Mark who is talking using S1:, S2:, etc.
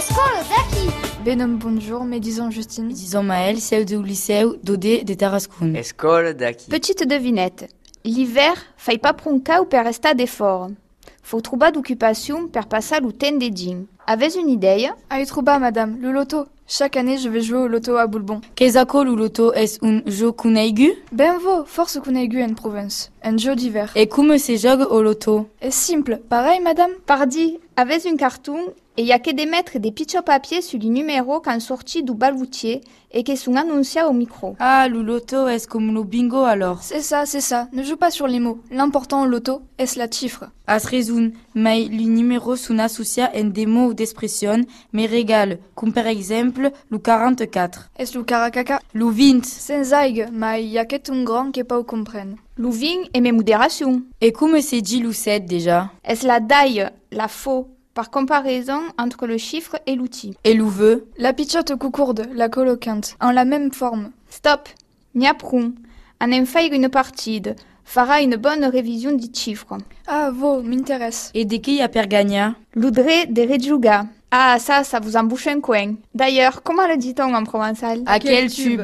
S1: Zaki
S2: Benom bonjour, mais disons Justine.
S3: Disons Maël, celle de Liceu, Dodé, de Tarascoun.
S4: Escola daqui.
S5: Petite devinette. L'hiver, fai papruncau per estar d'effort. Faut troubar d'occupation per passar o temps de gym. Avez une idée
S2: Allez, trouba, madame, le loto. Chaque année, je vais jouer au loto à Boulbon.
S3: Quezaco l'uloto es un jeu kunaigu?
S2: Benvo, Ben force Kunaigu en Provence. Un jeu d'hiver.
S3: Et comme se jogue au loto?
S2: Et simple, pareil, madame
S5: Pardi, avez une cartoon et y a que d'émettre des petits papiers sur les numéros qu'en sorti du baloutier et qui sont annoncés au micro.
S3: Ah, l'uloto es comme le bingo alors.
S2: C'est ça, c'est ça. Ne joue pas sur les mots. L'important au loto est la chiffre.
S3: As raison, mais les numéros sont associés en des mots ou d'expressions, mais régales, comme par exemple le 44,
S2: Es le caracaca.
S3: le 20.
S2: Sans zaigue, mais y a que un grand qui pas comprenne.
S5: Louvin et mes modérations.
S3: Et comme se dit le 7 déjà?
S5: Est-ce la daille, la faux, par comparaison entre le chiffre et l'outil
S3: Et le vœu?
S2: La pichotte coucourde, la coloquinte, en la même forme.
S5: Stop Niaproum, en en faire une partie, fera une bonne révision du chiffre.
S2: Ah, vo, m'intéresse.
S3: Et de qui a per gagna?
S5: L'oudré des Redjuga. Ah, ça, ça vous embouche un coin. D'ailleurs, comment le dit-on en provençal
S3: À quel tube?